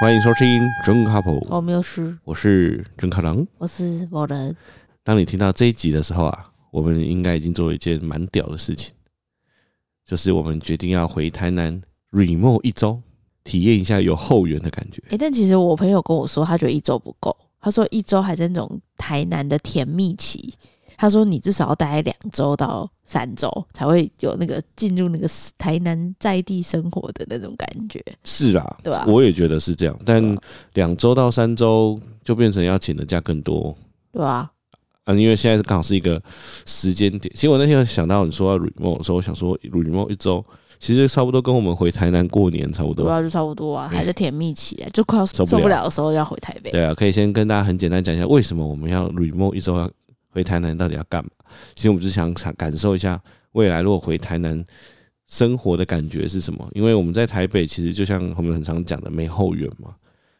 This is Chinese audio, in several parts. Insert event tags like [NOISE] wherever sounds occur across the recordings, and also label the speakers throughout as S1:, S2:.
S1: 欢迎收听《真 couple》，
S2: 我哦没有事，
S1: 我是真卡郎。
S2: 我是某人。
S1: 当你听到这一集的时候啊，我们应该已经做了一件蛮屌的事情，就是我们决定要回台南 remote 一周，体验一下有后援的感觉。
S2: 哎、但其实我朋友跟我说，他觉得一周不够，他说一周还在那种台南的甜蜜期。他说你至少要待两周到三周，才会有那个进入那个台南在地生活的那种感觉。
S1: 是啦，
S2: 对啊
S1: 我也觉得是这样，
S2: 对
S1: 但
S2: 啊
S1: 两周到三周就变成要请的假更多
S2: 对啊，
S1: 啊，因为现在刚好是一个时间点。其实我那天想到你说要 remote 的时候，我想说 remote 一周，其实差不多跟我们回台南过年差不
S2: 对
S1: 多。
S2: 啊，就差不多啊，
S1: 嗯
S2: 还在甜蜜期啊，就快要
S1: 受
S2: 受
S1: 不了
S2: 不了的时候要回台北。
S1: 对啊，可以先跟大家很简单讲一下，为什么我们要 remote 一周要回台南，到底要干嘛？其实我们只是想想感受一下未来如果回台南生活的感觉是什么。因为我们在台北其实就像我们很常讲的没后援嘛，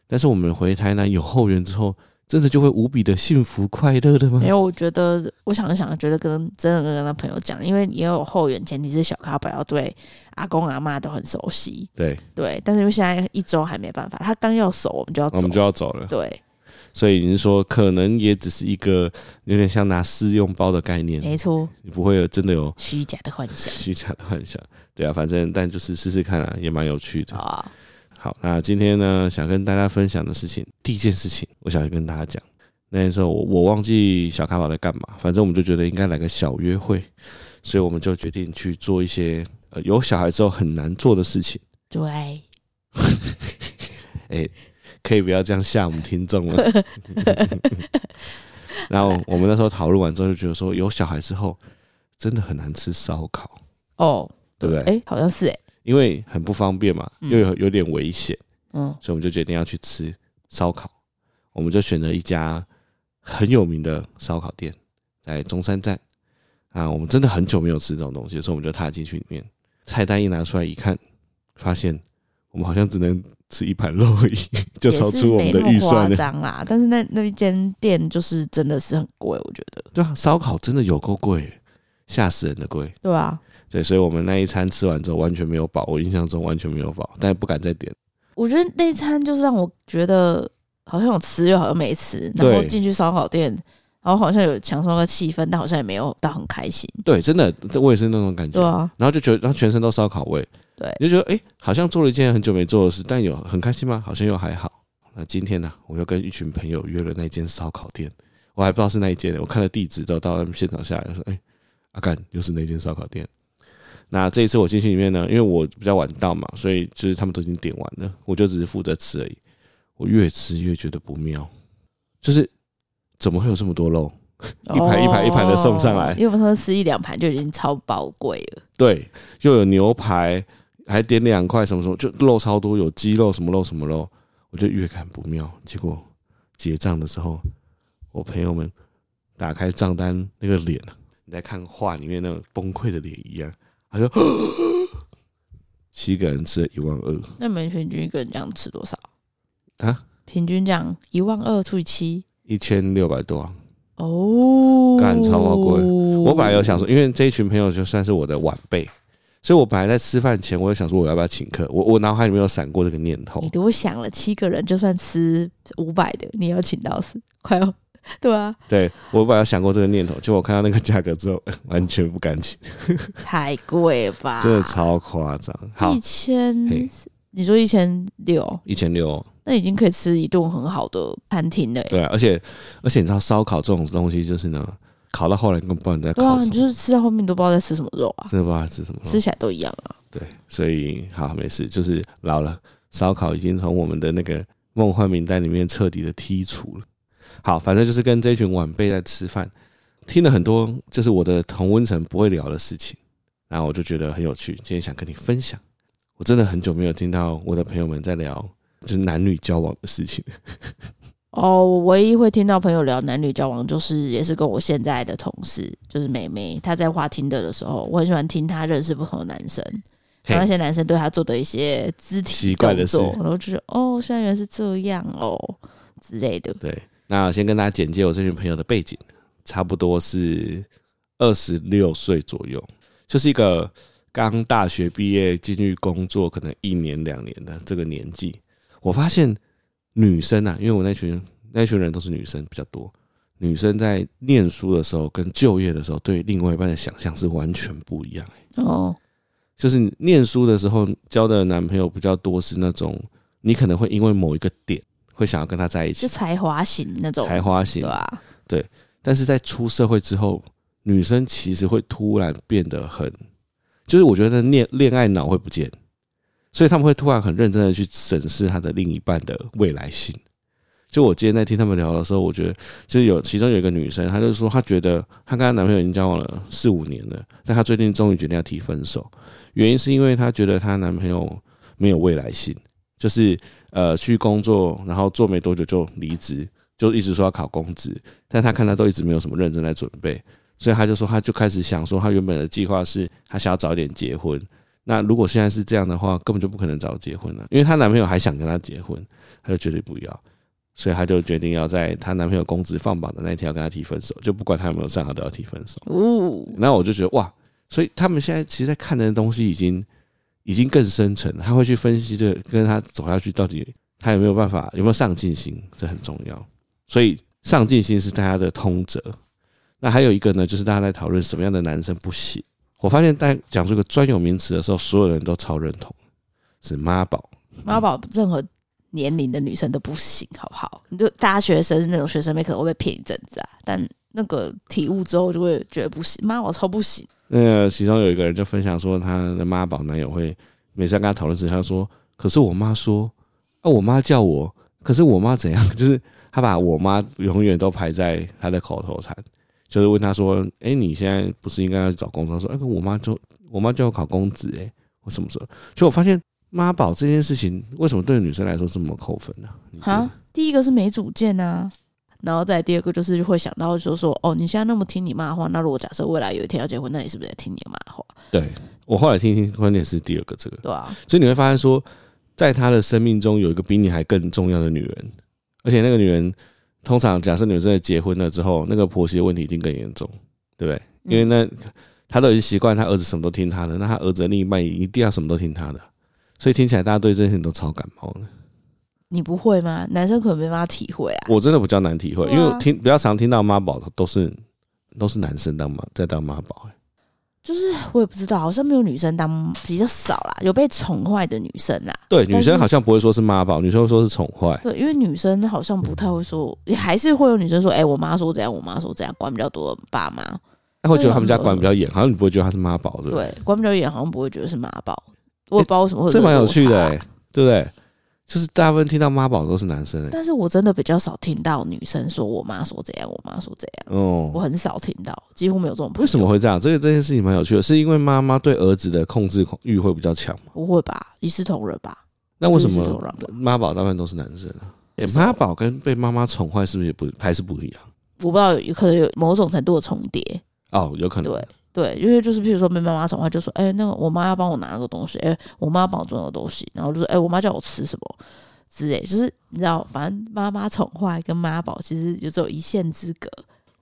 S1: 但是我们回台南有后援之后，真的就会无比的幸福快乐的吗
S2: 因？为我觉得，我想一想，觉得跟真的跟他朋友讲，因为也有后援，前提是小咖不要对阿公阿妈都很熟悉，
S1: 对，
S2: 对。但是因为现在一周还没办法，他刚要熟，我们就要
S1: 那
S2: 走
S1: 我，们就要走了。
S2: 对，
S1: 所以你是说，可能也只是一个有点像拿试用包的概念，
S2: 没错，
S1: 你不会有真的有
S2: 虚假的幻想
S1: 虚假的幻想。对啊，反正但就是试试看啊，也蛮有趣的。
S2: 啊，
S1: 好，那今天呢，想跟大家分享的事情，第一件事情，我想跟大家讲，那时候我我忘记小咖宝在干嘛，反正我们就觉得应该来个小约会，所以我们就决定去做一些呃有小孩之后很难做的事情。 [LAUGHS]
S2: 对，
S1: 哎、可以不要这样吓我们听众了。然后我们那时候讨论完之后，就觉得说有小孩之后真的很难吃烧烤，
S2: 哦，
S1: 对不对？
S2: 哎、好像是哎、
S1: 因为很不方便嘛，
S2: 嗯
S1: 又有有点危险。
S2: 嗯，
S1: 所以我们就决定要去吃烧烤。我们就选了一家很有名的烧烤店，在中山站啊。我们真的很久没有吃这种东西，所以我们就踏进去里面。菜单一拿出来一看，发现我们好像只能吃一盘肉而已， [LAUGHS] 就
S2: 也
S1: 超
S2: 是
S1: 出我们
S2: 没
S1: 的
S2: 那
S1: 预
S2: 么夸
S1: 算了。
S2: 张啦。但是那那一间店就是真的是很贵，我觉得，
S1: 对啊，烧烤真的有够贵，吓死人的贵。
S2: 对啊，
S1: 对，所以我们那一餐吃完之后完全没有饱，我印象中完全没有饱，但不敢再点。
S2: 我觉得那一餐就是让我觉得好像有吃又好像没吃，然后
S1: 对
S2: 进去烧烤店，然后好像有强受个气氛，但好像也没有到很开心。
S1: 对，真的，我也是那种感觉
S2: 对。啊，
S1: 然后就觉得，然后全身都烧烤味，
S2: 对
S1: 你就觉得哎、诶好像做了一件很久没做的事，但有很开心吗？好像又还好。那今天呢、我又跟一群朋友约了那间烧烤店，我还不知道是那一间，我看了地址之后到他们现场下来，我说哎，阿、干又是那间烧烤店。那这一次我进去里面呢，因为我比较晚到嘛，所以就是他们都已经点完了，我就只是负责吃而已。我越吃越觉得不妙，就是怎么会有这么多肉？ [LAUGHS] 一盘一盘一盘地送上来
S2: 哦因为我们上次吃一两盘就已经超宝贵了。
S1: 对，又有牛排，还点两块什么什么，就肉超多，有鸡肉什么肉什么肉，我就越看不妙。结果结账的时候，我朋友们打开账单那个脸，你在看画里面那种崩溃的脸一样，他说 [GASPS] 七个人吃了一万二，
S2: 那你们平均一个人这样吃多少
S1: 啊？
S2: 平均这样一万二除以七，
S1: 一千六百多啊。
S2: 哦，
S1: 干超宝贵我本来有想说，因为这一群朋友就算是我的晚辈。所以我本来在吃饭前，我就想说我要不要请客，我我脑海里面有闪过这个念头。
S2: 你多想了，七个人就算吃五百的，你要请到是快要 [LAUGHS] 对啊，
S1: 对我本来想过这个念头，结果我看到那个价格之后， [LAUGHS] 完全不敢请，
S2: 太贵了吧？
S1: 真的超夸张。好
S2: 啊一，千
S1: 嘿，
S2: 你说一千六，
S1: 一千六，
S2: 那已经可以吃一顿很好的餐厅了耶。
S1: 对啊、而且而且你知道烧烤这种东西就是呢，烤到后来根本不知道你在
S2: 对啊，
S1: 烤什
S2: 你
S1: 么，嗯
S2: 就是吃到后面都不知道在吃什么肉啊，
S1: 真的不知道在吃什么。
S2: 吃起来都一样啊。
S1: 对，所以好没事，就是老了，烧烤已经从我们的那个梦幻名单里面彻底的剔除了。好，反正就是跟这群晚辈在吃饭，听了很多就是我的同温层不会聊的事情，然后我就觉得很有趣，今天想跟你分享。我真的很久没有听到我的朋友们在聊就是男女交往的事情，
S2: 哦，我唯一会听到朋友聊男女交往，就是也是跟我现在的同事，就是美美，她在画听的的时候，我很喜欢听她认识不同的男生，
S1: 嘿
S2: 然后那些男生对她做的一些肢
S1: 奇
S2: 体
S1: 怪的
S2: 动
S1: 事
S2: 作，然后就是哦，现在原来是这样哦之类的。
S1: 对，那先跟大家简介我这群朋友的背景，差不多是二十六岁左右，就是一个刚大学毕业进去工作，可能一年两年的这个年纪。我发现女生啊，因为我那群那群人都是女生比较多，女生在念书的时候跟就业的时候对另外一半的想象是完全不一样、欸。
S2: 哦，
S1: 就是你念书的时候交的男朋友比较多是那种你可能会因为某一个点会想要跟他在一
S2: 就
S1: 起，
S2: 才华型那种，
S1: 才华型
S2: 对啊吧？
S1: 但是在出社会之后，女生其实会突然变得很，就是我觉得恋恋爱脑会不见，所以他们会突然很认真的去审视他的另一半的未来性。就我今天在听他们聊的时候，我觉得就是有其中有一个女生，她就说她觉得她跟她男朋友已经交往了四五年了，但她最近终于决定要提分手，原因是因为她觉得她男朋友没有未来性，就是呃去工作，然后做没多久就离职，就一直说要考公职，但他看他都一直没有什么认真在准备，所以他就说他就开始想说，他原本的计划是他想要早一点结婚。那如果现在是这样的话，根本就不可能早结婚啊了，因为她男朋友还想跟她结婚，她就绝对不要，所以她就决定要在她男朋友工资放榜的那一天要跟他提分手，就不管他有没有上，她都要提分手。
S2: 哦，
S1: 那我就觉得哇，所以他们现在其实在看的东西已经已经更深层了，他会去分析这个跟他走下去到底他有没有办法，有没有上进心，这很重要。所以上进心是大家的通则。那还有一个呢，就是大家在讨论什么样的男生不行。我发现在讲出一个专有名词的时候，所有人都超认同，是妈宝。
S2: 妈宝任何年龄的女生都不行，好不好？你就大学生那种学生妹可能会被骗一阵子啊，但那个体悟之后就会觉得不行，妈宝超不行。
S1: 那个其中有一个人就分享说，他的妈宝男友会每次跟他讨论时，他说：“可是我妈说，啊，我妈叫我，可是我妈怎样？” [LAUGHS] 就是他把我妈永远都排在他的口头禅，就是问他说：“哎、你现在不是应该要找工作？”他说：“哎、可我妈就我妈叫我考公职，哎，我什么时候？”就我发现妈宝这件事情为什么对女生来说这么扣分呢、你觉得
S2: 哈，第一个是没主见啊，然后再第二个就是会想到说说哦，你现在那么听你妈的话，那如果假设未来有一天要结婚，那你是不是也听你妈的话？
S1: 对我后来听一听，观点是第二个这个。
S2: 对啊，
S1: 所以你会发现说，在他的生命中有一个比你还更重要的女人，而且那个女人通常假设女人真的结婚了之后，那个婆媳的问题一定更严重，对不对？
S2: 嗯
S1: 因为那他都已经习惯他儿子什么都听他的，那他儿子的另一半也一定要什么都听他的，所以听起来大家对这件事情都超感冒的。
S2: 啊你不会吗？男生可能没办法体会啊。
S1: 我真的比较难体会，
S2: 对
S1: 因
S2: 啊
S1: 为我听比较常听到妈宝的都是都是男生当妈在当妈宝、欸
S2: 就是我也不知道，好像没有女生当比较少啦，有被宠坏的女生啦。
S1: 对，
S2: 但
S1: 女
S2: 是
S1: 生好像不会说是妈宝，女生会说是宠坏。
S2: 对，因为女生好像不太会说，也还是会有女生说，哎、我妈说怎样，我妈说怎样，管比较多爸妈，
S1: 那会觉得他们家管比较严，好像你不会觉得他是妈宝，对不对？
S2: 对，管比较严，好像不会觉得是妈宝。我也不知道为什么会、
S1: 这蛮有趣的、欸，对不对？就是大部分听到妈宝都是男生、欸，
S2: 但是我真的比较少听到女生说我妈说怎样，我妈说怎样，我
S1: 哦，
S2: 很少听到，几乎没有这种朋友。
S1: 为什么会这样？这个这件事情蛮有趣的，是因为妈妈对儿子的控制欲会比较强嘛？
S2: 不会吧？一视同仁吧？
S1: 那为什
S2: 就是这种
S1: 么
S2: 人吧
S1: 妈宝大部分都是男生啊？欸
S2: 是
S1: 妈宝跟被妈妈宠坏是不是也不还是不一样？
S2: 我不知道，有可能有某种程度的重叠。
S1: 哦，有可能，
S2: 对对，因为就是譬如说被妈妈宠坏，就说哎、那个我妈要帮我拿那个东西，哎、我妈要帮我做那个东西，然后就说哎、我妈叫我吃什么之类，就是你知道，反正妈妈宠坏跟妈宝其实就只有一线之隔。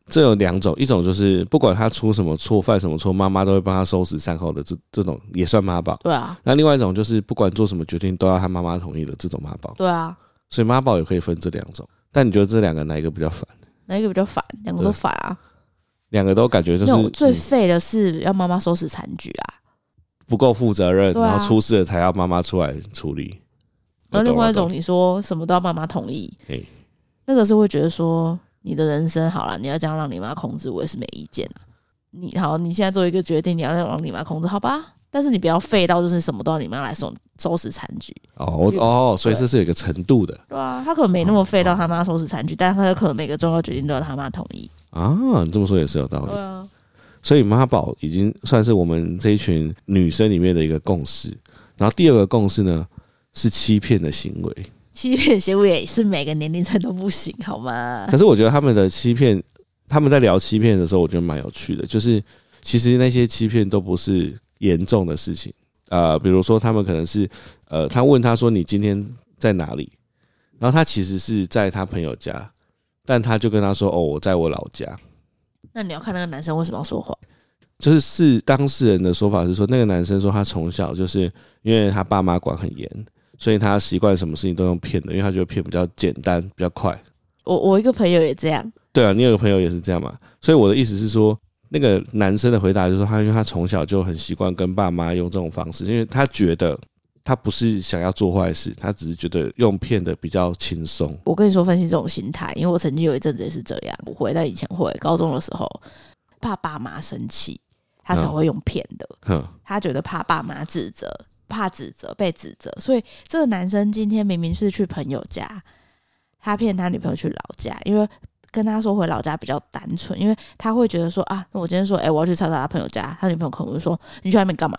S1: 这有两种，一种就是不管他出什么错、犯什么错，妈妈都会帮他收拾善后的，这这种也算妈宝。
S2: 对啊，
S1: 那另外一种就是不管做什么决定都要他妈妈同意的这种妈宝，
S2: 对啊，
S1: 所以妈宝也可以分这两种。但你觉得这两个哪一个比较烦？
S2: 哪一个比较烦？两个都
S1: 对
S2: 烦啊。
S1: 两个都感觉就
S2: 那我
S1: 是
S2: 最
S1: 嗯
S2: 废的是要妈妈收拾残局啊。
S1: 不够负责任，
S2: 对啊
S1: 然后出事了才要妈妈出来处理。
S2: 然后另外一
S1: 我
S2: 种，
S1: 懂，
S2: 你说什么都要妈妈同意
S1: 嘿，
S2: 那个是会觉得说你的人生好了，你要这样让你妈控制，我也是没意见啊。你好，你现在做一个决定，你要让你妈控制，好吧？但是你不要废到就是什么都要你妈来收收拾残局，
S1: 我懂哦我哦，所以这是有一个程度的
S2: 对啊，他可能没那么废到他妈收拾残局，但他可能每个重要决定都要他妈同意，
S1: 啊。你这么说也是有道
S2: 对
S1: 理，
S2: 啊，
S1: 所以妈宝已经算是我们这一群女生里面的一个共识。然后第二个共识呢是欺骗的行为，
S2: 欺骗行为也是每个年龄层都不行，好吗？
S1: 可是我觉得他们的欺骗，他们在聊欺骗的时候，我觉得蛮有趣的，就是其实那些欺骗都不是严重的事情，呃，比如说他们可能是呃，他问他说你今天在哪里，然后他其实是在他朋友家，但他就跟他说哦，我在我老家，
S2: 那你要看那个男生为什么要说谎，
S1: 就是是当事人的说法是说，那个男生说他从小就是因为他爸妈管很严，所以他习惯什么事情都用骗的，因为他觉得骗比较简单，比较快。
S2: 我我一个朋友也这样，
S1: 对啊，你有个朋友也是这样嘛？所以我的意思是说，那个男生的回答就是说，他因为他从小就很习惯跟爸妈用这种方式，因为他觉得他不是想要做坏事，他只是觉得用骗的比较轻松。
S2: 我跟你说，分析这种心态，因为我曾经有一阵子也是这样，不会，但以前会，高中的时候怕爸妈生气，他才
S1: 嗯
S2: 会用骗的。
S1: 哼，
S2: 他觉得怕爸妈指责，怕指责被指责，所以这个男生今天明明是去朋友家，他骗他女朋友去老家，因为跟他说回老家比较单纯，因为他会觉得说啊，那我今天说，哎、我要去查查他朋友家，他女朋友可能会说你去外面干嘛？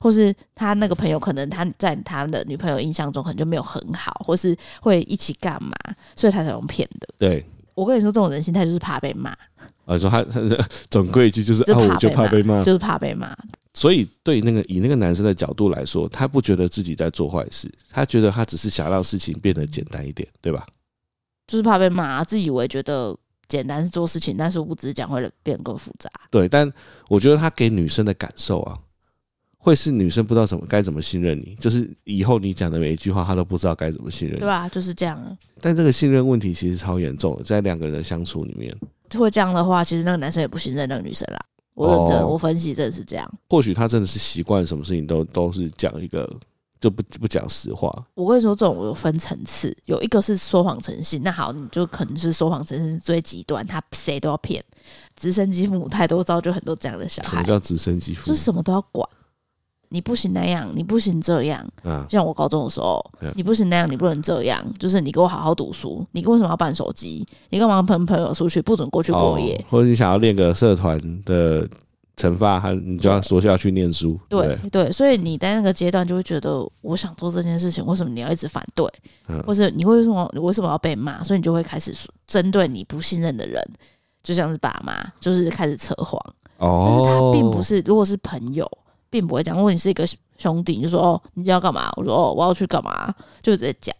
S2: 或是他那个朋友可能他在他的女朋友印象中可能就没有很好，或是会一起干嘛，所以他才用骗的。
S1: 对。
S2: 我跟你说，这种人心态就是怕被骂，
S1: 啊，说他 [LAUGHS] 他总归一句就是
S2: 就
S1: 啊，
S2: 怕
S1: 我就
S2: 被
S1: 怕
S2: 骂
S1: 被骂。
S2: 就是怕被骂。
S1: 所以对那个以那个男生的角度来说，他不觉得自己在做坏事，他觉得他只是想让事情变得简单一点，对吧？
S2: 就是怕被骂，啊自以为觉得简单是做事情，但是我只是讲会变得更复杂。
S1: 对，但我觉得他给女生的感受啊，会是女生不知道怎么该怎么信任你，就是以后你讲的每一句话，她都不知道该怎么信任你。
S2: 对啊，就是这样啊。
S1: 但这个信任问题其实超严重的，在两个人的相处里面，
S2: 会这样的话，其实那个男生也不信任那个女生啦。我认真，
S1: 哦
S2: 我分析真的是这样。
S1: 或许他真的是习惯什么事情都都是讲一个就不不讲实话，
S2: 我跟你说，这种有分层次，有一个是说谎成性，那好，你就可能是说谎成性最极端，他谁都要骗。直升机父母太多造就很多这样的小
S1: 什么
S2: 孩，
S1: 叫直升机父
S2: 就
S1: 母
S2: 是什么都要管，你不行那样，你不行这样，
S1: 啊？
S2: 像我高中的时候
S1: 嗯，
S2: 你不行那样，你不能这样，就是你给我好好读书，你为什么要办手机？你干嘛跟朋友出去，不准过去过夜？
S1: 哦，或者你想要练个社团的惩罚，还你就要说要去念书，对不
S2: 对
S1: 对，
S2: 对，所以你在那个阶段就会觉得，我想做这件事情，为什么你要一直反对？
S1: 嗯
S2: 或者你为什么你为什么要被骂？所以你就会开始说针对你不信任的人，就像是爸妈，就是开始扯谎。但是他
S1: 哦，
S2: 并不是，如果是朋友，并不会讲。如果你是一个兄弟，你就说哦，你今天要干嘛？我说哦，我要去干嘛，就直接讲。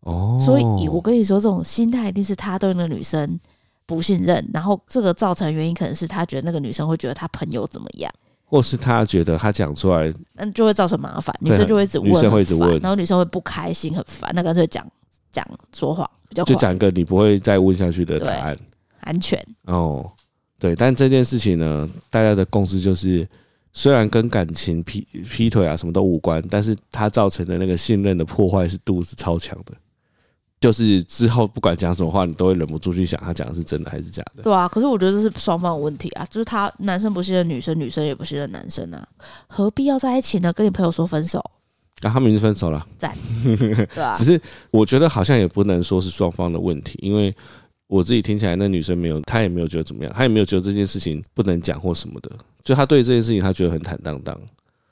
S1: 哦，
S2: 所以我跟你说，这种心态一定是他对那个女生不信任，然后这个造成的原因可能是他觉得那个女生会觉得他朋友怎么样，
S1: 或是他觉得他讲出来
S2: 那就会造成麻烦，
S1: 对啊
S2: 女生就会一直问，
S1: 女生会
S2: 很
S1: 一直
S2: 烦
S1: 问
S2: 然后女生会不开心，很烦，那干脆讲讲说谎比较
S1: 就
S2: 快，
S1: 讲一个你不会再问下去的答案
S2: 安全。
S1: 哦，对。但这件事情呢，大家的共识就是，虽然跟感情劈劈腿啊什么都无关，但是它造成的那个信任的破坏是度是超强的，就是之后不管讲什么话，你都会忍不住去想他讲的是真的还是假的。
S2: 对啊，可是我觉得这是双方的问题啊，就是他男生不信任女生，女生也不信任男生啊，何必要在一起呢？跟你朋友说分手，
S1: 那、他们已经分手了。
S2: 对啊
S1: 只，是我觉得好像也不能说是双方的问题，因为我自己听起来，那女生没有，她也没有觉得怎么样，她也没有觉得这件事情不能讲或什么的，就她对这件事情她觉得很坦荡荡，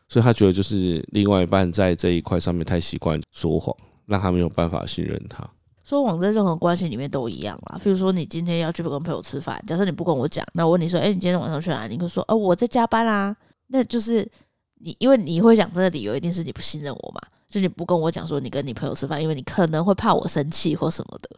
S1: 所以她觉得就是另外一半在这一块上面太习惯说谎，让她没有办法信任他。
S2: 说谎在任何关系里面都一样啦。譬如说，你今天要去跟朋友吃饭，假设你不跟我讲，那我问你说，哎、你今天晚上去哪里？你会说，哦，我在加班啦、那就是你，因为你会讲这个理由，一定是你不信任我嘛，就你不跟我讲说你跟你朋友吃饭，因为你可能会怕我生气或什么的。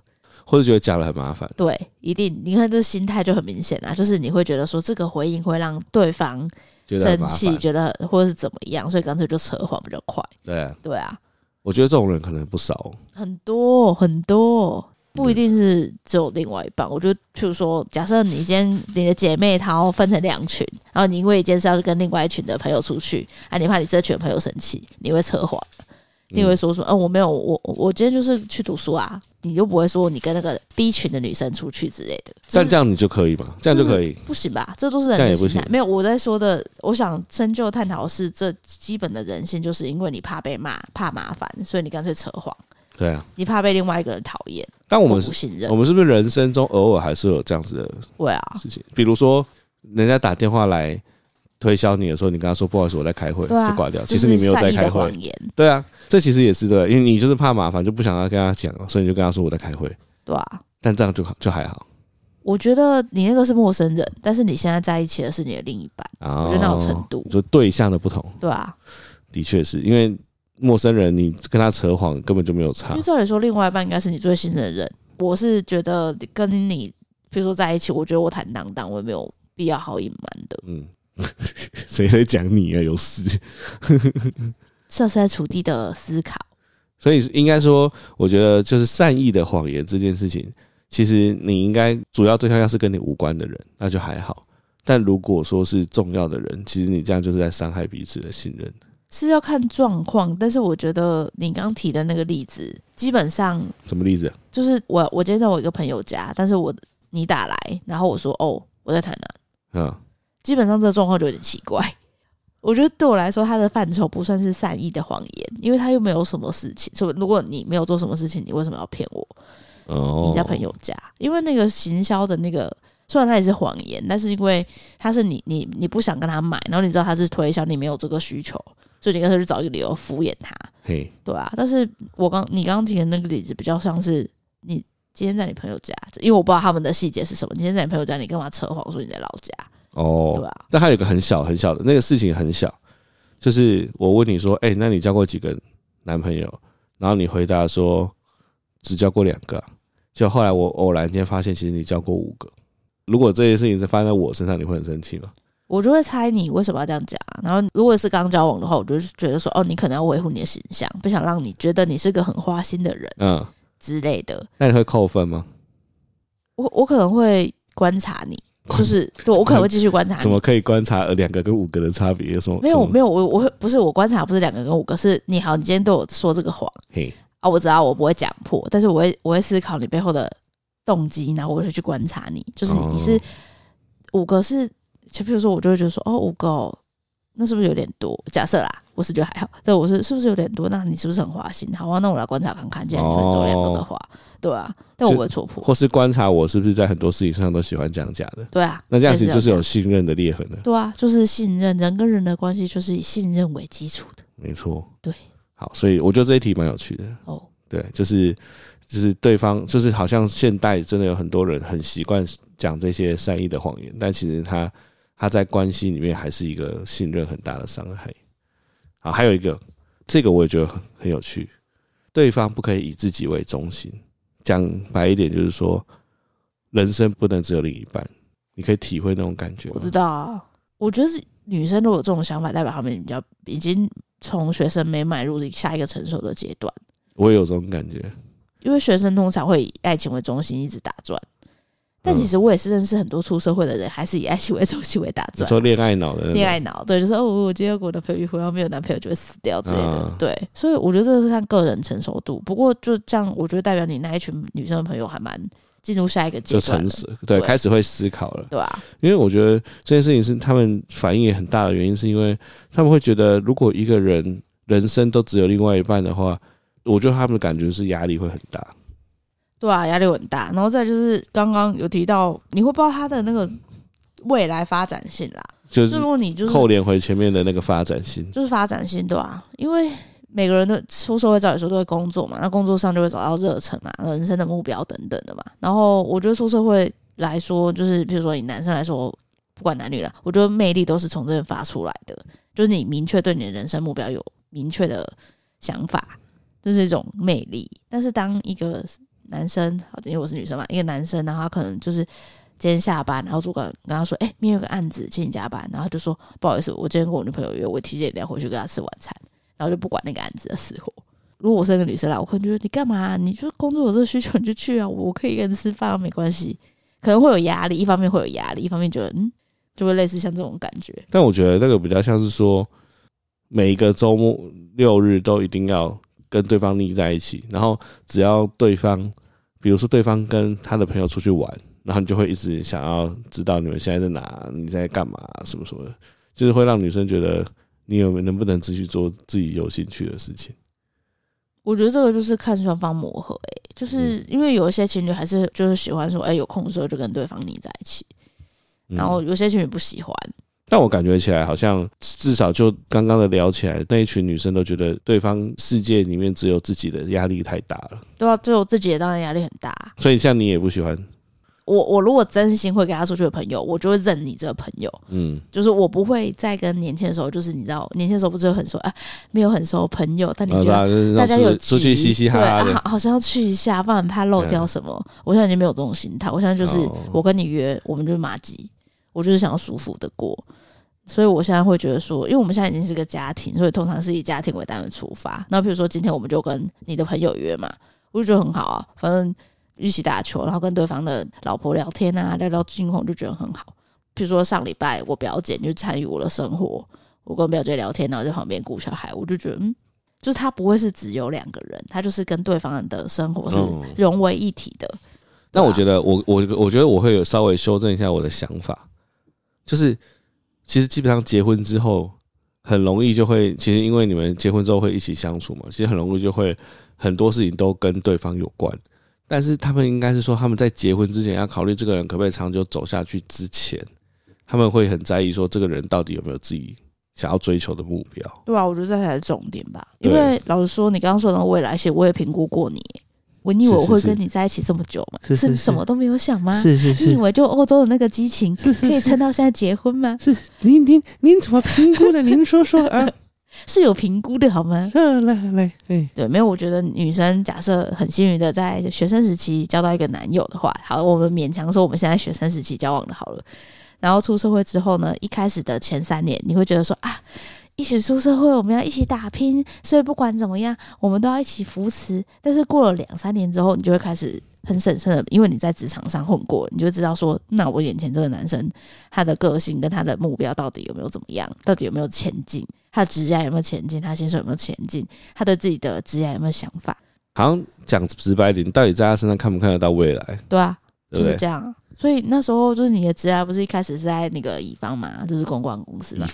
S1: 或者觉得讲了很麻烦，
S2: 对，一定，你看这心态就很明显啦，就是你会觉得说这个回应会让对方
S1: 觉得很
S2: 生
S1: 麻
S2: 气，
S1: 烦，
S2: 觉得或者是怎么样，所以干脆就扯谎比较快。
S1: 对啊，
S2: 对啊，
S1: 我觉得这种人可能不少哦。
S2: 很多很多，
S1: 嗯
S2: 不一定是只有另外一半。我觉得，譬如说，假设你今天你的姐妹她要分成两群，然后你因为一件事要去跟另外一群的朋友出去，啊，你怕你这群朋友生气，你会扯谎，你会说说，嗯、我没有，我我我今天就是去读书啊，你就不会说你跟那个 B 群的女生出去之类的。
S1: 但这样你就可以嘛？这样就可以，
S2: 不行吧？这都是人
S1: 这样
S2: 的
S1: 也不
S2: 心态。
S1: 行
S2: 没有，我在说的，我想深究探讨的是这基本的人性，就是因为你怕被骂、怕麻烦，所以你干脆扯谎，
S1: 对啊。
S2: 你怕被另外一个人讨厌，
S1: 但我
S2: 我
S1: 们
S2: 不信任
S1: 我。们是不是人生中偶尔还是有这样子的
S2: 对啊，
S1: 事情，比如说人家打电话来推销你的时候，你跟他说不好意思我在开会，
S2: 对啊
S1: 就挂掉。
S2: 就
S1: 其实
S2: 是
S1: 你没有在
S2: 善意
S1: 开
S2: 的
S1: 会
S2: 谎，言，
S1: 对啊，这其实也是对，因为你就是怕麻烦，就不想要跟他讲，所以你就跟他说我在开会。
S2: 对啊。
S1: 但这样就好，就还好
S2: 我觉得你那个是陌生人，但是你现在在一起的是你的另一半，
S1: 啊。
S2: 我觉得那有程度
S1: 就对象的不同，
S2: 对啊。
S1: 的确是因为陌生人，你跟他扯谎根本就没有
S2: 因
S1: 差
S2: 为。照理说，另外一半应该是你最信任的人。我是觉得跟你，比如说在一起，我觉得我坦荡荡，我也没有必要好隐瞒的，
S1: 嗯， [LAUGHS] 谁在讲你啊？有事？
S2: 设身处地的思考。
S1: 所以应该说，我觉得就是善意的谎言这件事情，其实你应该主要对象要是跟你无关的人，那就还好。但如果说是重要的人，其实你这样就是在伤害彼此的信任。
S2: 是要看状况，但是我觉得你刚提的那个例子，基本上
S1: 什么例子、啊？
S2: 就是我我今天在我一个朋友家，但是我你打来，然后我说哦我在台南，
S1: 嗯，
S2: 基本上这个状况就有点奇怪。 [LAUGHS] 我觉得对我来说，他的范畴不算是善意的谎言，因为他又没有什么事情。所以如果你没有做什么事情，你为什么要骗我？
S1: 哦，
S2: 你在朋友家，因为那个行销的那个，虽然它也是谎言，但是因为它是你你你不想跟他买，然后你知道他是推销，你没有这个需求，所以你干脆去找一个理由敷衍他，
S1: 嘿，
S2: 对啊。但是我刚你刚刚提的那个例子，比较像是你今天在你朋友家，因为我不知道他们的细节是什么。你今天在你朋友家，你干嘛扯谎说你在老家，对啊
S1: 哦，
S2: 吧、
S1: 但还有一个很小很小的那个事情很小，就是我问你说，哎、那你交过几个男朋友？然后你回答说只交过两个啊，就后来我偶然间发现，其实你交过五个。如果这件事情是发生在我身上，你会很生气吗？
S2: 我就会猜你为什么要这样讲啊。然后，如果是刚交往的话，我就觉得说，哦，你可能要维护你的形象，不想让你觉得你是个很花心的人
S1: 嗯，
S2: 之类的。
S1: 那你会扣分吗？
S2: 我我可能会观察你，
S1: [LAUGHS]
S2: 就是对我可能会继续观察
S1: 怎
S2: 你。
S1: 么可以观察呃两个跟五个的差别？有什么？
S2: 没有
S1: 怎么
S2: 没有，我我会不是我观察不是两个跟五个，是你好，你今天对我说这个谎
S1: 嘿，
S2: 啊，我知道我不会讲破，但是我会我会思考你背后的动机，然后我会去观察你，就是你,、
S1: 哦
S2: 你是五个是，就比如说我就会觉得说哦五个哦、那是不是有点多？假设啦，我是觉得还好，但我是是不是有点多？那你是不是很花心？好啊，那我来观察看看，既然你分手两
S1: 哦
S2: 个的话，对啊，但我不会戳破，
S1: 或是观察我是不是在很多事情上都喜欢讲假的？
S2: 对啊，
S1: 那这样
S2: 类似
S1: 子就是
S2: 这
S1: 有信任的裂痕了。
S2: 对啊，就是信任，人跟人的关系就是以信任为基础的
S1: 没错，
S2: 对，
S1: 好，所以我觉得这一题蛮有趣的。
S2: 哦。
S1: 对，就是就是对方就是好像现代真的有很多人很习惯讲这些善意的谎言，但其实他他在关系里面还是一个信任很大的伤害。好，还有一个，这个我也觉得很很有趣，对方不可以以自己为中心。讲白一点，就是说，人生不能只有另一半。你可以体会那种感觉吗
S2: 我知道啊，我觉得是女生如果有这种想法，代表她们比较已经从学生没迈入下一个成熟的阶段，
S1: 我也有这种感觉。
S2: 因为学生通常会以爱情为中心一直打转。但其实我也是认识很多出社会的人，还是以爱情为中心为打
S1: 你
S2: 转。
S1: 说恋爱脑的那种
S2: 恋爱脑，对，就是哦，我今天要跟我男朋友一婚，要没有男朋友就会死掉之类的，
S1: 啊
S2: 对，所以我觉得这是看个人成熟度。不过就这样，我觉得代表你那一群女生的朋友还蛮进入下一个阶
S1: 就
S2: 段
S1: 成
S2: 了，
S1: 熟，对，
S2: 对
S1: 开始会思考了。
S2: 对啊，
S1: 因为我觉得这件事情是他们反应也很大的原因，是因为他们会觉得，如果一个人人生都只有另外一半的话，我觉得他们的感觉是压力会很大。
S2: 对啊，压力很大。然后再就是刚刚有提到，你会不知道他的那个未来发展性啦。
S1: 就是
S2: 就如果你就是
S1: 扣连回前面的那个发展性，
S2: 就是发展性，对啊，因为每个人的出社会，照理说都会工作嘛，那工作上就会找到热忱嘛，人生的目标等等的嘛。然后我觉得出社会来说，就是比如说以男生来说，不管男女啦，我觉得魅力都是从这边发出来的，就是你明确对你的人生目标有明确的想法，这、是一种魅力。但是当一个男生，好因为我是女生嘛，一个男生，然后他可能就是今天下班，然后主管跟他说：“哎、明天有个案子，请你加班。”然后他就说：“不好意思，我今天跟我女朋友约，我提前一点回去跟她吃晚餐。”然后就不管那个案子的死活。如果我是那个女生啦，我可能就说：“你干嘛、啊你就是工作有这个需求你就去啊，我可以一个人吃饭啊，没关系。”可能会有压力，一方面会有压力，一方面觉得嗯，就会类似像这种感觉。
S1: 但我觉得那个比较像是说，每一个周末六日都一定要跟对方腻在一起，然后只要对方，比如说对方跟他的朋友出去玩，然后你就会一直想要知道你们现在在哪，你在干嘛，什么什么的，就是会让女生觉得你有能不能继续做自己有兴趣的事情。
S2: 我觉得这个就是看双方磨合、欸，就是因为有一些情侣还是就是喜欢说，哎、有空的时候就跟对方腻在一起，
S1: 嗯
S2: 然后有些情侣不喜欢，
S1: 但我感觉起来，好像至少就刚刚的聊起来，那一群女生都觉得对方世界里面只有自己的压力太大了，
S2: 对啊，最后自己也当然压力很大。
S1: 所以像你也不喜欢，
S2: 我我如果真心会跟他出去的朋友，我就会认你这个朋友，
S1: 嗯，
S2: 就是我不会再跟年轻的时候，就是你知道，年轻的时候不是有很说啊，没有很熟的朋友，但你
S1: 啊
S2: 觉
S1: 对
S2: 得
S1: 啊就是那
S2: 大
S1: 种
S2: 家
S1: 出
S2: 有
S1: 出去
S2: 急
S1: 嘻嘻哈哈
S2: 对
S1: 的，
S2: 啊，好像要去一下，不然很怕漏掉什么。我现在已经没有这种心态，我现在就是
S1: 哦
S2: 我跟你约，我们就是马吉，我就是想要舒服的过。所以我现在会觉得说，因为我们现在已经是个家庭，所以通常是以家庭为单位出发。那比如说今天我们就跟你的朋友约嘛，我就觉得很好啊，反正一起打球，然后跟对方的老婆聊天啊，聊聊近况，就觉得很好。比如说上礼拜我表姐就参与我的生活，我跟表姐聊天，然后在旁边顾小孩，我就觉得嗯，就是他不会是只有两个人，他就是跟对方的生活是
S1: 嗯
S2: 融为一体的。
S1: 但我
S2: 对啊
S1: 觉得我我我觉得我会有稍微修正一下我的想法，就是其实基本上结婚之后很容易就会，其实因为你们结婚之后会一起相处嘛，其实很容易就会很多事情都跟对方有关。但是他们应该是说，他们在结婚之前要考虑这个人可不可以长久走下去之前，他们会很在意说这个人到底有没有自己想要追求的目标。
S2: 对啊，我觉得这才是重点吧。
S1: 对
S2: 因为老实说，你刚刚说的那个未来线，我也评估过你。我你以为
S1: 是
S2: 我
S1: 是
S2: 会
S1: 是
S2: 跟你在一起这么久吗？
S1: 是是
S2: 你
S1: 是
S2: 什么都没有想吗？
S1: 是
S2: 你以啊为就欧洲的那个激情
S1: 是是
S2: 可以撑到现在结婚吗？
S1: 是，您您您怎么评估的？您说说啊，
S2: [LAUGHS] 是有评估的好 [LAUGHS] 吗？
S1: 来来来，哎，
S2: 对，没有。我觉得女生假设很幸运的在学生时期交到一个男友的话，好，我们勉强说我们现在学生时期交往的好了。然后出社会之后呢，一开始的前三年，你会觉得说啊，一起出社会，我们要一起打拼，所以不管怎么样，我们都要一起扶持。但是过了两三年之后，你就会开始很审慎的，因为你在职场上混过，你就知道说，那我眼前这个男生他的个性跟他的目标到底有没有怎么样，到底有没有前进，他的职业有没有前进，他先生有没有前进，他对自己的职业有没有想法，
S1: 好像讲直白点，你到底在他身上看不看得到未来，
S2: 对啊，
S1: 对不
S2: 就是
S1: 对？
S2: 这样啊。所以那时候就是你的职涯不是一开始是在那个乙方嘛，就是公关公司嘛，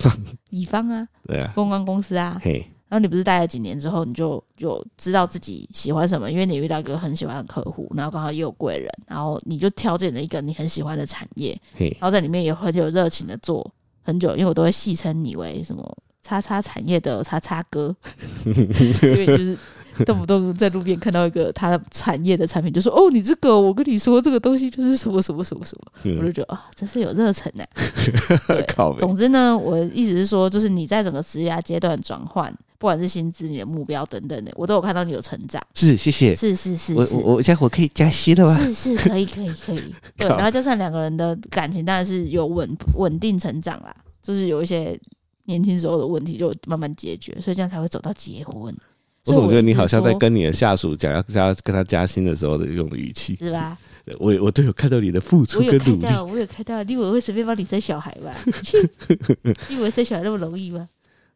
S2: 乙方啊，
S1: 对啊，
S2: 公关公司啊。
S1: 嘿，
S2: 然后你不是待了几年之后，你就就知道自己喜欢什么，因为你遇到一个很喜欢的客户，然后刚好也有贵人，然后你就挑选了一个你很喜欢的产业，
S1: 嘿，
S2: 然后在里面也很有热情的做很久，因为我都会戏称你为什么“叉叉产业的叉叉哥”，因
S1: [LAUGHS]
S2: 为就是动不动在路边看到一个他的产业的产品，就说：“哦，你这个，我跟你说，这个东西就是什么什么什么什么。”我就
S1: 嗯
S2: 觉得啊、真是有热忱呐、对
S1: 靠北
S2: 总之呢，我的意思是说，就是你在整个职业啊阶段转换，不管是薪资、你的目标等等的，我都有看到你有成长。
S1: 是谢谢。
S2: 是是是
S1: 我
S2: 是。
S1: 我我这样我可以加息了 [LAUGHS] 吗？
S2: 是是，可以可以
S1: [LAUGHS]
S2: 可以。对，
S1: 靠
S2: 然后加上两个人的感情当然是有稳稳定成长啦，就是有一些年轻时候的问题就慢慢解决，所以这样才会走到结婚。
S1: 我
S2: 所以
S1: 总觉得
S2: 的
S1: 你
S2: 意思
S1: 好像
S2: 是
S1: 在
S2: 说
S1: 跟你的下属讲要加跟他加薪的时候的用的语气，
S2: 是吧？
S1: 对我我都有看到你的付 [LAUGHS] 出
S2: 我
S1: 跟
S2: 有看
S1: 努力。
S2: 到，我有看到，你以为我会随便帮你生小孩
S1: [LAUGHS]
S2: 吧？你以为生小孩那么容易吗？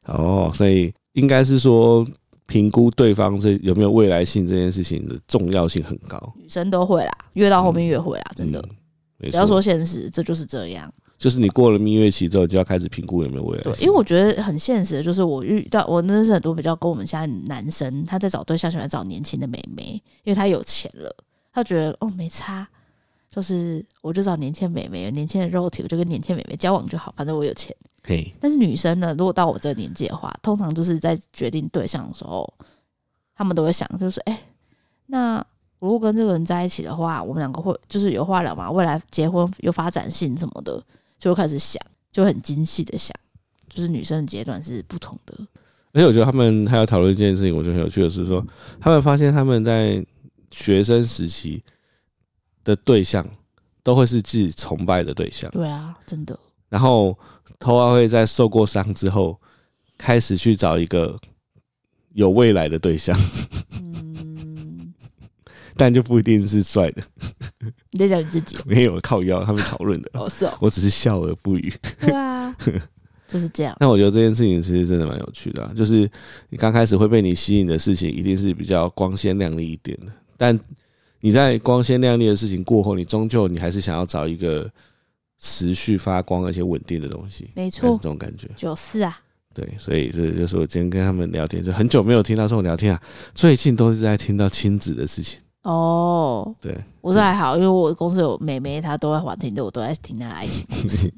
S1: 哦，所以应该是说评估对方这有没有未来性这件事情的重要性很高。
S2: 女生都会啦，越到后面越会啦，真的。
S1: 嗯，没
S2: 不要
S1: 错
S2: 说，现实，这就是这样。
S1: 就是你过了蜜月期之后，你就要开始评估有没有未来
S2: 对，
S1: 性。
S2: 因为我觉得很现实，的就是我遇到我认识很多比较跟我们现在男生，他在找对象喜欢找年轻的妹妹，因为他有钱了，他觉得哦没差，就是我就找年轻的妹妹，有年轻的肉体，我就跟年轻的妹妹交往就好，反正我有钱。
S1: 嘿，
S2: 但是女生呢，如果到我这个年纪的话，通常就是在决定对象的时候，他们都会想，就是哎、诶那我如果跟这个人在一起的话，我们两个会就是有话聊嘛，未来结婚有发展性什么的，就会开始想，就很精细的想，就是女生的阶段是不同的。
S1: 而且我觉得他们还有讨论一件事情，我觉得很有趣的是说，他们发现他们在学生时期的对象都会是自己崇拜的对象，
S2: 对啊，真的，
S1: 然后头发会在受过伤之后，开始去找一个有未来的对象，
S2: 嗯，
S1: 但就不一定是帅的，
S2: 你在讲你自己
S1: 没有靠腰他们讨论
S2: [LAUGHS]
S1: 的，
S2: 哦，是哦，
S1: 我只是笑而不语。
S2: 对啊，就是这样， [LAUGHS]
S1: 那我觉得这件事情其实真的蛮有趣的、啊，就是你刚开始会被你吸引的事情，一定是比较光鲜亮丽一点的。但你在光鲜亮丽的事情过后，你终究你还是想要找一个持续发光而且稳定的东西，
S2: 没
S1: 还是
S2: 错
S1: 这，种感觉。
S2: 就是啊，
S1: 对，所以这就是我今天跟他们聊天，就很久没有听到这种聊天啊，最近都是在听到亲子的事情。
S2: 哦，
S1: 对，
S2: 我是还好，因为我公司有妹妹，她都在玩听的，我都在听她的爱情故事，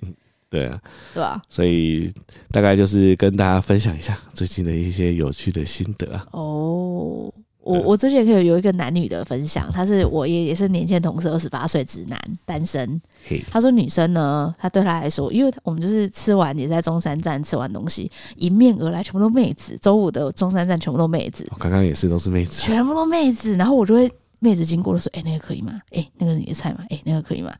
S1: 对啊，
S2: 对啊，
S1: 所以大概就是跟大家分享一下最近的一些有趣的心得啊。
S2: 哦，我
S1: 对啊
S2: 我之前可以有一个男女的分享，他是我也也是年轻的同事，二十八岁直男单身。
S1: 嘿，
S2: 他说女生呢，他对他来说，因为我们就是吃完也在中山站吃完东西，迎面而来全部都妹子，周五的中山站全部都
S1: [LAUGHS]
S2: 妹子，
S1: 我哦刚刚也是都是妹子啊，
S2: 全部都妹子，然后我就会妹子经过的时候，哎、那个可以吗？哎、那个是你的菜吗？哎、 [LAUGHS] 那个可以吗？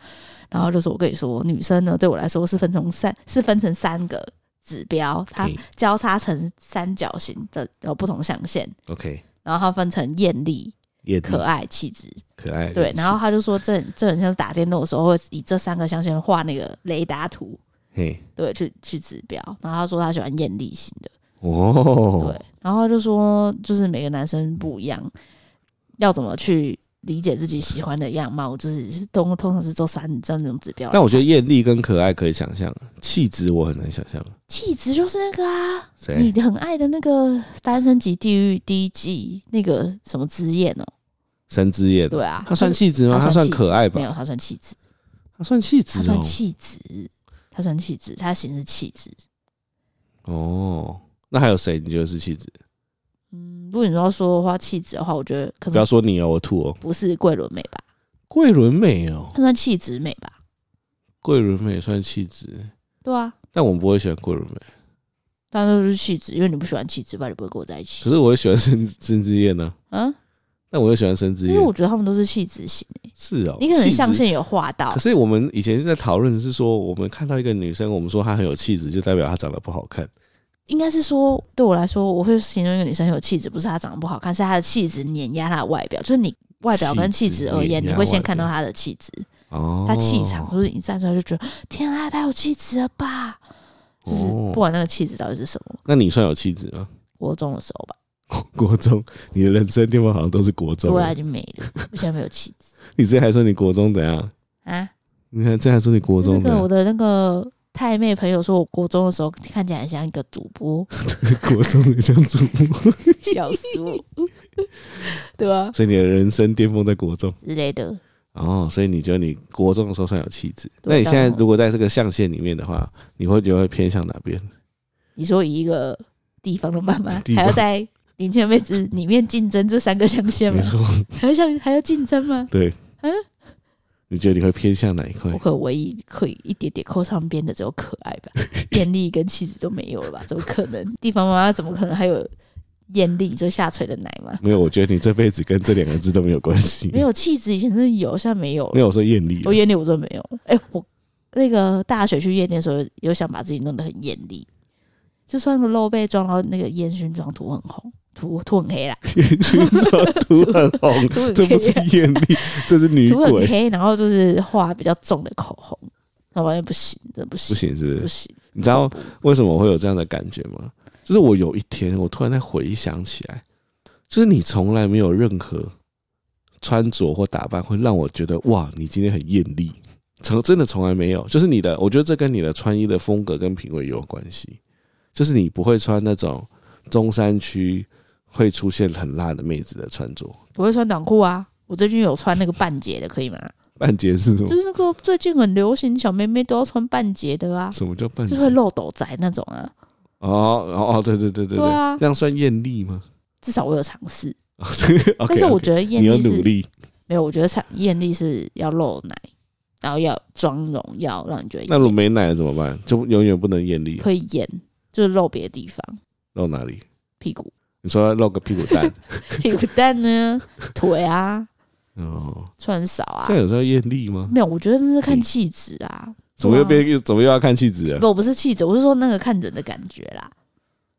S2: 然后就说，我跟你说，女生呢，对我来说是分成三，是分成三个指标，它
S1: 嘿
S2: 交叉成三角形的有不同象限，
S1: OK，
S2: 然后它分成艳丽、
S1: 也
S2: 可爱、气质。
S1: 可爱，
S2: 嗯对，然后他
S1: 就
S2: 就说这很这很像是打电动的时候会以这三个象限画那个雷达图，
S1: 嘿，
S2: 对，去去指标。然后他说他喜欢艳丽型的，
S1: 哦，
S2: 对，然后他就说就是每个男生不一样，要怎么去理解自己喜欢的样貌，就是通通常是做三这种指标来看。
S1: 但我觉得艳丽跟可爱可以想象，气质我很难想象。
S2: 气质就是那个啊，
S1: 谁
S2: 你？很爱的那个《单身级地狱》第一季那个什么之燕哦，
S1: 神之艳，
S2: 对啊，
S1: 她算气质吗？
S2: 他
S1: 她
S2: 算
S1: 算
S2: 气质
S1: 可爱
S2: 没
S1: 吧？
S2: 有，他算气质，
S1: 她算气
S2: 他
S1: 质
S2: 算
S1: 哦。
S2: 气质，他算气质，他形是气质。
S1: 哦，那还有谁你觉得是气质？
S2: 嗯，如果你要说的话，气质的话，我觉得可
S1: 不要
S2: 能
S1: 说你哦，我吐哦。
S2: 不是桂纶镁吧，
S1: 桂纶镁哦，
S2: 它算气质美吧？
S1: 桂纶镁算气质，
S2: 对啊，
S1: 但我们不会喜欢桂纶镁，
S2: 当然就是气质，因为你不喜欢气质吧，你不会跟我在一
S1: 可
S2: 起。
S1: 是我会喜欢申申之燕呢。
S2: 嗯，
S1: 但我又喜欢申之
S2: 因
S1: 燕
S2: 为，我觉得他们都是气质型欸，
S1: 是哦。
S2: 你可能
S1: 气质
S2: 象限有画到
S1: 可，是我们以前在讨论是说，我们看到一个女生，我们说她很有气质，就代表她长得不好看。
S2: 应该是说对我来说，我会形容一个女生很有气质，不是她长得不好看，是她的气质碾压她的外表，就是你。外表跟气
S1: 气质
S2: 质而言，
S1: 碾
S2: 你
S1: 压
S2: 会先
S1: 外
S2: 看到
S1: 表
S2: 她的气质，
S1: 哦
S2: 她气场，就是你站出来就觉得天啊，太有气质了吧！就是不
S1: 哦、
S2: 管那个气质到底是什么，
S1: 那你算有气质吗？ [LAUGHS]
S2: 国中的时候吧，
S1: 国中，你的人生地方好像都是国中
S2: 我。已经没了， [LAUGHS] 我现在没有气质
S1: 你之前还说你国中怎样？
S2: 啊。
S1: 你看，这还说你国中
S2: 那
S1: 怎
S2: 个我
S1: 样？
S2: 的那个太妹朋友说，我国中的时候看起来很像一个主播，
S1: [LAUGHS] 国中的像主播，
S2: 笑死我，对吧、
S1: [LAUGHS] 所以你的人生巅峰在国中。
S2: 之类的，
S1: 哦，所以你觉得你国中的时候算有气质？
S2: 对
S1: 那你现在
S2: 当然
S1: 如果在这个象限里面的话，你会觉得会偏向哪边？
S2: 你说以一个地方的妈妈
S1: 地，方
S2: 还要在年轻的妹子里面竞争这三个象限
S1: 没
S2: 吗？
S1: 错，
S2: 还要像还要竞争吗？
S1: 对。
S2: 嗯
S1: 你觉得你会偏向哪一块
S2: 我？可唯一可以一点点扣上边的只有可爱吧， [LAUGHS] 艳丽跟气质都没有了 [LAUGHS] 吧？怎么可能？地方妈妈怎么可能还有艳丽就下垂的奶吗？
S1: 没有，我觉得你这辈子跟这两个字都没有关系。
S2: 没有气质，以前真的有，现在没有了
S1: 没。有说艳丽啊， [LAUGHS]
S2: 我艳丽我真的没有。哎、我那个大学去夜店的时候，有想把自己弄得很艳丽，就穿个露背装，然后那个烟熏妆涂很红，涂涂很黑啦，
S1: 涂很
S2: [LAUGHS]
S1: 红，
S2: 涂很
S1: 这
S2: 黑
S1: 不是
S2: 啊，
S1: 艳丽，这是女
S2: 涂很
S1: 鬼，
S2: 黑，然后就是画比较重的口红，那完全不行，真的不
S1: 不
S2: 行，
S1: 行，是不
S2: 不
S1: 是？
S2: 行。
S1: 你知道为什么我会有这样的感觉吗？就是我有一天，我突然在回想起来，就是你从来没有任何穿着或打扮会让我觉得哇，你今天很艳丽，从真的从来没有。就是你的，我觉得这跟你的穿衣的风格跟品味也有关系。就是你不会穿那种中山区会出现很辣的妹子的穿着，
S2: 我会穿短裤啊，我最近有穿那个半截的，可以吗？
S1: 半截是什么？
S2: 就是那个最近很流行，小妹妹都要穿半截的啊，
S1: 什么叫半截
S2: 就是？会露斗宅那种啊。
S1: 哦哦哦，对对对对
S2: 对啊
S1: 这样算艳丽吗？ [LAUGHS]
S2: 至少我有尝试，
S1: o k
S2: 但是我觉得艳
S1: 你有
S2: 丽
S1: 努
S2: 是
S1: 力，
S2: 没有，我觉得产艳丽是要露奶，然后要妆容，要让你觉得
S1: 那如果
S2: 艳
S1: 没奶怎么办？就永远不能艳丽，
S2: 可以演，就是露别的地
S1: [LAUGHS]
S2: 方，
S1: 露哪里？
S2: 屁股、
S1: 你说露个屁股
S2: [LAUGHS]
S1: 蛋
S2: 屁股蛋呢，腿啊，
S1: 哦，
S2: 穿很少
S1: [LAUGHS]
S2: 啊
S1: 这，样有时候艳丽吗？
S2: 没有，我觉得这是看气质啊。
S1: 怎么又
S2: 对啊
S1: 变又怎么又要看气质了？
S2: 不，我不是气质，我是说那个看人的感觉啦。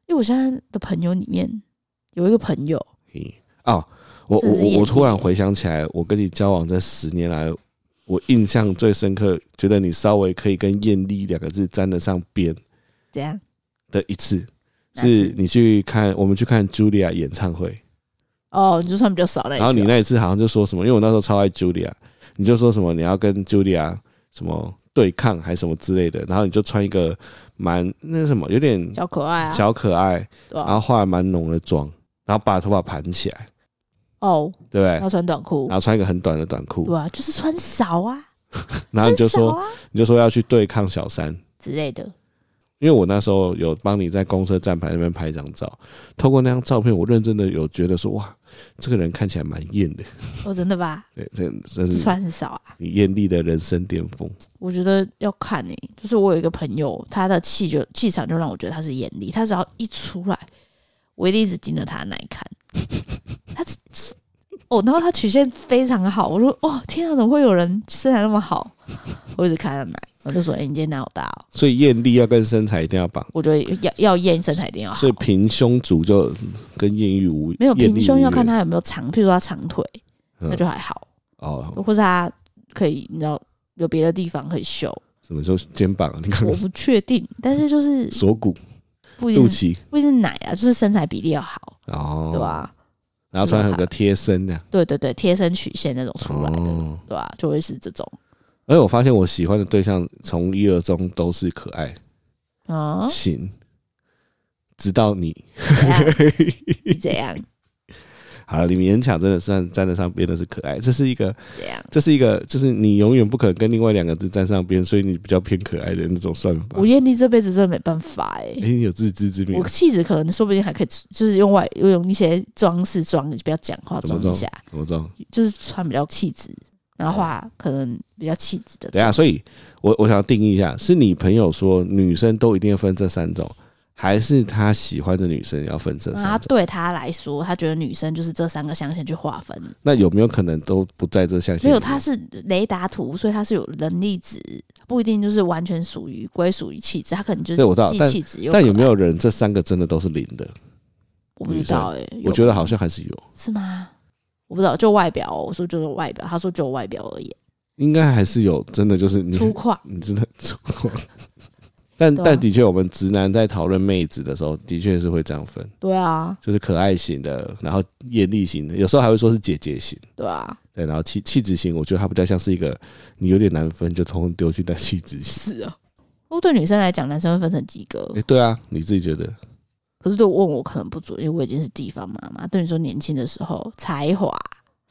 S2: 因为我现在的朋友里面有一个朋友，
S1: 嘿哦，我
S2: 这
S1: 我
S2: 是艳
S1: 我
S2: 丽
S1: 我突然回想起来，我跟你交往这十年来，我印象最深刻，觉得你稍微可以跟艳丽两个字沾得上边
S2: 怎样？
S1: 的一次，
S2: 哪次
S1: 是你去看我们去看 Julia 演唱会。
S2: 哦，你就穿比较少那一次
S1: 然后
S2: 哦、
S1: 你那一次好像就说什么，因为我那时候超爱 Julia，你就说什么你要跟 Julia 什么对抗还是什么之类的，然后你就穿一个蛮那个什么有点
S2: 小哦可爱啊，
S1: 小可爱，
S2: 对吧
S1: 然后化蛮浓的妆，然后把头发盘起来，
S2: 哦，
S1: 对不对
S2: 要？穿短裤
S1: 然，后穿一个很短的短裤
S2: 对，啊，就是穿少啊，
S1: 然后你就
S2: 穿少
S1: 说
S2: 啊
S1: 你就说要去对抗小三，
S2: 之类的。
S1: 因为我那时候有帮你在公车站牌那边拍一张照，透过那张照片，我认真的有觉得说哇，这个人看起来蛮艳的，
S2: 哦，真的吧？
S1: 对，这这
S2: 就是穿很少啊。
S1: 你艳丽的人生巅峰。
S2: 我觉得要看诶、就是我有一个朋友，他的气就气场就让我觉得他是眼力，他只要一出来，我一定一直盯着他的奶
S1: [LAUGHS]
S2: 看。他是是哦，然后他曲线非常好，我说哦天啊，怎么会有人身材那么好？我一直看他的奶，我就说：“哎、你今天哪有大、哦
S1: 所以艳丽要跟身材一定要绑？”，
S2: 我觉得要要验身材一定要好
S1: 所以，平胸族就跟艳遇无
S2: 啊没有
S1: 艳丽
S2: 平胸要
S1: 无
S2: 看
S1: 缘
S2: 他有没有长，譬如说他长腿，那
S1: 嗯
S2: 就还好，
S1: 哦，
S2: 或是他可以你知道有别的地方可
S1: [LAUGHS]
S2: 以修，
S1: 什么时候肩膀？啊你看
S2: 我不确定，但是就是
S1: 锁骨、
S2: 不一
S1: 肚
S2: 定
S1: 脐
S2: 不一定是奶啊，就是身材比例要好，
S1: 哦，
S2: 对啊吧？
S1: 然后穿很个贴身的
S2: 对对对，贴身曲线那种出来的，
S1: 哦。
S2: 对吧、就会是这种
S1: 而且我发现我喜欢的对象从一而终都是可爱
S2: 啊，
S1: 型，直到你。
S2: 怎样？你怎样？
S1: [LAUGHS] 好了，你勉强真的算沾得上边的是可爱，这是一个，[LAUGHS]
S2: 怎样？
S1: 这是一个，就是你永远不可能跟另外两个字沾上边，所以你比较偏可爱的那种算法
S2: 我。艳丽这辈子真的没办法哎、
S1: 哎、你有自知之明
S2: 我，气质可能说不定还可以，就是用外用一些装饰装，不要讲话
S1: 怎么
S2: 装一下，
S1: 怎么装？
S2: 就是穿比较气质，然后画可能比较气质的。
S1: 等一下，所以我我想要定义一下，是你朋友说女生都一定要分这三种，还是他喜欢的女生要分这
S2: 那他
S1: 三种？
S2: 对他来说，他觉得女生就是这三个象限去划分，
S1: 那有没有可能都不在这项？
S2: 没有，它是雷达图，所以它是有能力值，不一定就是完全属于归属于气质，它可能就是
S1: 对我知道
S2: 既气质又
S1: 但有没
S2: 可爱？
S1: 有人这三个真的都是零的？
S2: 我不知道哎、有
S1: 我觉得好像还是有，
S2: 是吗？我不知道，就外表哦、我说就是外表，他说就外表而言，
S1: 应该还是有，真的就是你
S2: 粗犷。
S1: 你真的很粗犷。 [LAUGHS] 但
S2: 对啊
S1: 但的确，我们直男在讨论妹子的时候，的确是会这样分，
S2: 对啊，
S1: 就是可爱型的，然后艳丽型的，有时候还会说是姐姐型，
S2: 对啊， [LAUGHS]
S1: 对，然后气气质型，我觉得它比较像是一个你有点难分，就通通丢去那气质型。
S2: 是啊。不过对女生来讲，男生会分成几个
S1: 哎、，对啊，你自己觉得？
S2: 可是对我问我可能不准，因为我已经是地方妈妈。对你说，年轻的时候才华、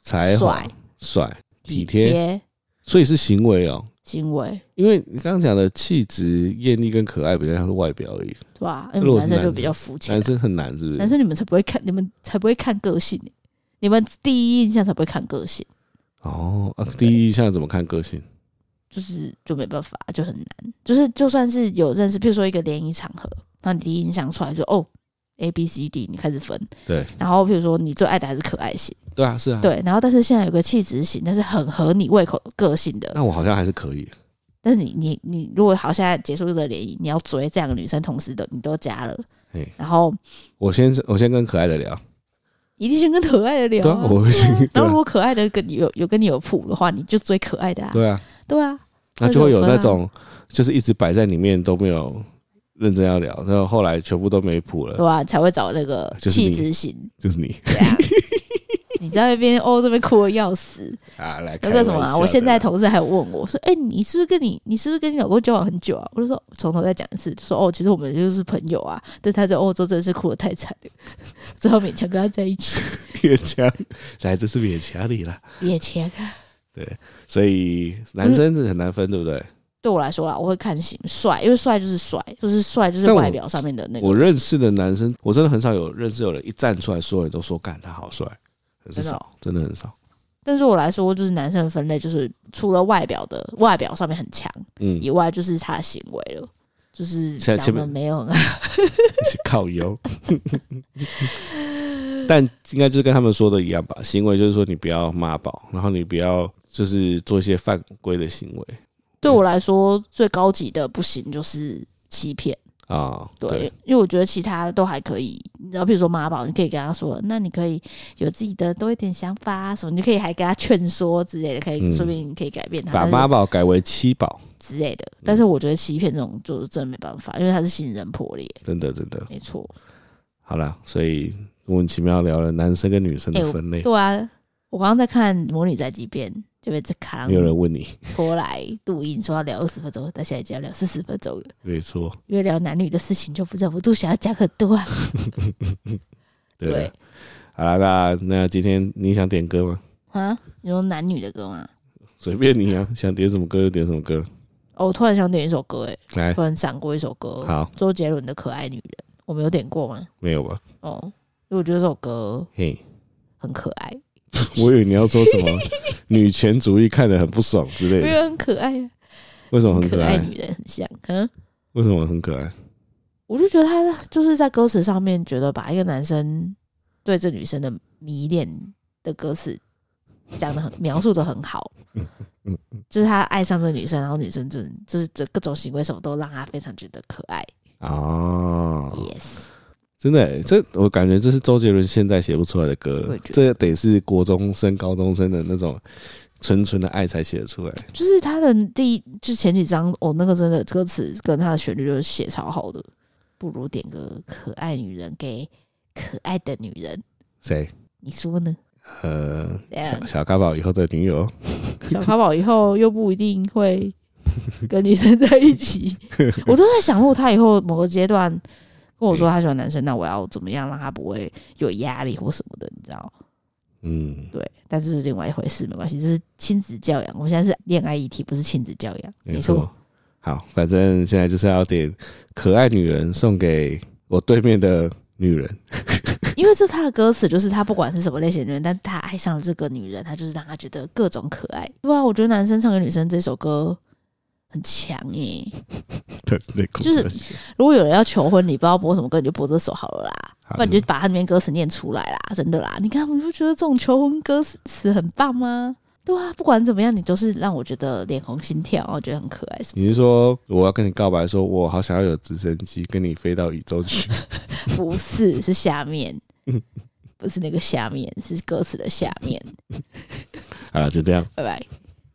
S1: 才华
S2: 帅、
S1: 帅，体贴
S2: 贴、
S1: 所以是行为哦、
S2: 行为，
S1: 因为你刚刚讲的气质、艳丽跟可爱比较像是外表而已，
S2: 对吧、因为
S1: 如
S2: 我
S1: 果
S2: 们男
S1: 是
S2: 生就
S1: 男
S2: 比较肤浅啊
S1: 男，生很难，是不
S2: 男
S1: 是？
S2: 生你们才不会看，你们才不会看个性、欸，你们第一印象才不会看个性，
S1: 哦，啊、第一印象怎么看个性？
S2: 就是就没办法，就很难。就是就算是有认识，譬如说一个联谊场合，那你第一印象出来就哦，A B C D，你开始分。
S1: 对。
S2: 然后譬如说你最爱的还是可爱型，
S1: 对啊，是啊，。
S2: 对。然后但是现在有个气质型，但是很合你胃口个性的。
S1: 那我好像还是可以，
S2: 但是你你你如果好现在结束这个联谊，你要追这两个女生同时的，你都加了
S1: 嘿，
S2: 然后
S1: 我先我先跟可爱的聊，
S2: 一定先跟可爱的聊、
S1: 对啊，我会
S2: [LAUGHS]
S1: 先
S2: 然
S1: 对
S2: 后如
S1: 啊
S2: 果可爱的跟你有有跟你有谱的话，你就追可爱的啊。
S1: 对啊，
S2: 对啊，
S1: 那就会有那
S2: 那种
S1: 种就是一直摆在里面都没有认真要聊，然后后来全部都没谱了，
S2: 对啊，才会找那个
S1: 就是
S2: 气
S1: 你
S2: 质型，
S1: 就是你 [LAUGHS]
S2: 对啊。你在那边哦，这边哭的要死，
S1: 啊，来
S2: 那个什么、
S1: 开玩
S2: 啊，
S1: 笑的
S2: 我现在同事还问我说：“哎、你是不是跟你，你是不是跟你老公交往很久啊？”我就说从头再讲一次，说哦，其实我们就是朋友啊，但他在欧洲真的是哭的太惨了， [LAUGHS] 只好勉强跟他在一起， [LAUGHS]
S1: 勉强， [LAUGHS] 来这是勉强你啦，
S2: 勉强啊。
S1: 所以男生是很难分，对不对？
S2: 对我来说啊，我会看型帅，因为帅就是帅，就是帅就是
S1: 但我
S2: 外表上面的那个，
S1: 我认识的男生，我真的很少有认识有人一站出来，所有人都说干他好帅，很
S2: 真的哦
S1: 少，真的很少。
S2: 但是我来说，就是男生的分类，就是除了外表的外表上面很强
S1: 嗯，
S2: 以外，就是他的行为了，就是
S1: 现在
S2: 长
S1: 前
S2: 得
S1: 面
S2: 没有很好。
S1: 是靠油。但应该就是跟他们说的一样吧，行为就是说你不要骂宝，然后你不要就是做一些犯规的行为
S2: 对我来说，最高级的不行就是欺骗。
S1: 啊。
S2: 对，因为我觉得其他都还可以，你知道，比如说妈宝，你可以跟他说，那你可以有自己的多一点想法啊什么，你就可以还跟他劝说之类的，可以、
S1: 嗯
S2: 说不定你可以改变他
S1: 把
S2: 但是
S1: 妈宝嗯改为七宝，
S2: 之类的。但是我觉得欺骗这种就是真的没办法，因为他是信任破裂，
S1: 真的真的。
S2: 没错。
S1: 好啦，所以莫名其妙聊了男生跟女生的分类，
S2: 对啊，我刚刚在看《魔女宅急便》，就被这卡郎
S1: 没有人问你，
S2: [LAUGHS] 拖来录音，说要聊二十分钟，但现在已经要聊四十分钟了。
S1: 没错，
S2: 因为聊男女的事情，就不忍不住想要讲很多啊。
S1: 对
S2: 对
S1: 了。好啦，那那今天你想点歌吗？
S2: 啊，你说男女的歌吗？
S1: 随便你啊，想点什么歌就点什么歌，
S2: 哦，我突然想点一首歌、欸，
S1: 来
S2: 突，然闪过一首歌，
S1: 哎好，
S2: 周杰伦的《可爱女人》，我们有点过吗？
S1: 没有吧？
S2: 哦，因为我觉得这首歌
S1: 嘿，
S2: 很可爱，
S1: 我以为你要说什
S2: [LAUGHS]
S1: 么女权主义看得很不爽之类
S2: 因
S1: 的。
S2: 为很可爱啊，
S1: 为什么很
S2: 可
S1: 可爱？
S2: 爱女人很像，嗯。
S1: 为什么很可爱？
S2: 我就觉得他就是在歌词上面，觉得把一个男生对 [LAUGHS] 这女生的迷恋的歌词讲的很描述的很好，
S1: 嗯
S2: 就是他爱上这个女生，然后女生就就是这各种行为什么都让他非常觉得可爱。
S1: 哦，
S2: Yes，
S1: 真的欸，这我感觉这是周杰伦现在写不出来的歌
S2: 我
S1: 了
S2: 也觉，得
S1: 这得是国中生、高中生的那种纯纯的爱才写得出来。
S2: 就是他的第一，就前几张哦，那个真的歌词跟他的旋律就是写超好的，不如点个可爱女人给可爱的女人，
S1: 谁？
S2: 你说呢？
S1: 呃，
S2: 对啊
S1: 小小咖宝以后的女友，
S2: 小咖宝以后又不一定会跟女生在一起，我都在想，如果他以后某个阶段跟我说他喜欢男生，那我要怎么样让他不会有压力或什么的，你知道？
S1: 嗯，
S2: 对，但这是另外一回事，没关系，这是亲子教养。我们现在是恋爱议题，不是亲子教养。
S1: 没
S2: 你说，。
S1: 好，反正现在就是要点可爱女人送给我对面的女
S2: [LAUGHS]
S1: 人。
S2: 因为这是他的歌词，就是他不管是什么类型的人，但他爱上了这个女人，他就是让他觉得各种可爱。对啊，我觉得男生唱给女生这首歌很强耶、
S1: 对，这个
S2: 就是如果有人要求婚，你不知道播什么歌，你就播这首好了啦。
S1: 好
S2: 不然你就把他那边歌词念出来啦，真的啦！你看，你不觉得这种求婚歌词很棒吗？对啊，不管怎么样，你都是让我觉得脸红心跳，我觉得很可爱。什
S1: 你是说我要跟你告白说我好想要有直升机跟你飞到宇宙去？
S2: [LAUGHS] 么不是，是下面，不是那个下面，是歌词的下面。
S1: 啊，就这样。
S2: 拜拜。